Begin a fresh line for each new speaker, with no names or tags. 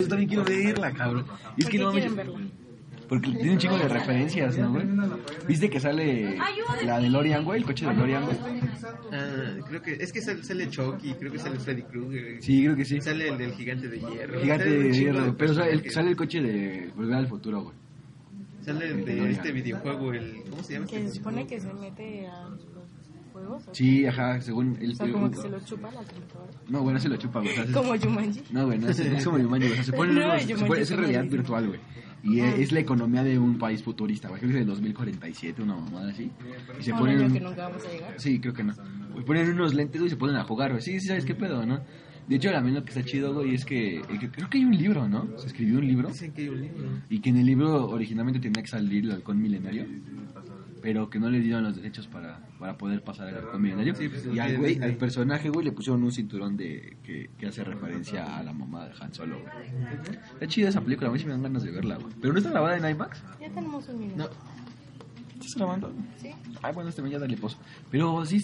Yo también quiero verla, cabrón. Y es que no me... Porque tiene un chingo de referencias, ¿no, güey? ¿Viste que sale la de Lorian, güey? El coche de Lorian, güey.
Ah, creo que es que sal- sale Chucky, creo que sale Freddy Krueger.
Sí, creo que sí.
Sale el del gigante de hierro.
Gigante
sale un
de
chingo
hierro, pero sale el,
personajes.
sale el coche de Volver al Futuro, güey.
Sale el de este videojuego, el ¿cómo se llama?
Que se
este?
supone que se mete a los juegos. ¿o?
Sí, ajá, según él. eh,
O sea, como que se lo chupa la computadora.
No, güey, no se lo chupa, güey. o sea, se-
Como Jumanji.
No, güey, no es, es como Yumanji, güey. O sea, se pone
No,
en unos- se
Yumanji
pone- es
está
realidad
padrísimo.
virtual, güey. Y es, es la economía de un país futurista, güey. Creo que es de 2047, una mamada así. Y se
Ah,
ponen.
bueno, que nunca vamos a llegar.
Sí, creo que no. Güey, ponen unos lentes, güey, y se ponen a jugar, güey. Sí, sí, sabes qué pedo, ¿no? De hecho, también lo que está chido, güey, es que. eh, que- Creo que hay un libro, ¿no? Se escribió un libro.
Dicen que hay un libro.
Y que en el libro originalmente tenía que salir el halcón milenario. Pero que no le dieron los derechos para, para poder pasar al halcón milenario.
Sí, pues,
y al,
sí,
güey,
sí.
al personaje, güey, le pusieron un cinturón de que, que hace referencia a la mamá de Han Solo, güey. Está chida esa película, a mí sí me dan ganas de verla, güey. ¿Pero no está grabada en IMAX?
Ya tenemos un minuto.
¿Estás grabando? Ah,
Sí.
Ay, bueno, este me ya dale pozo. Pero sí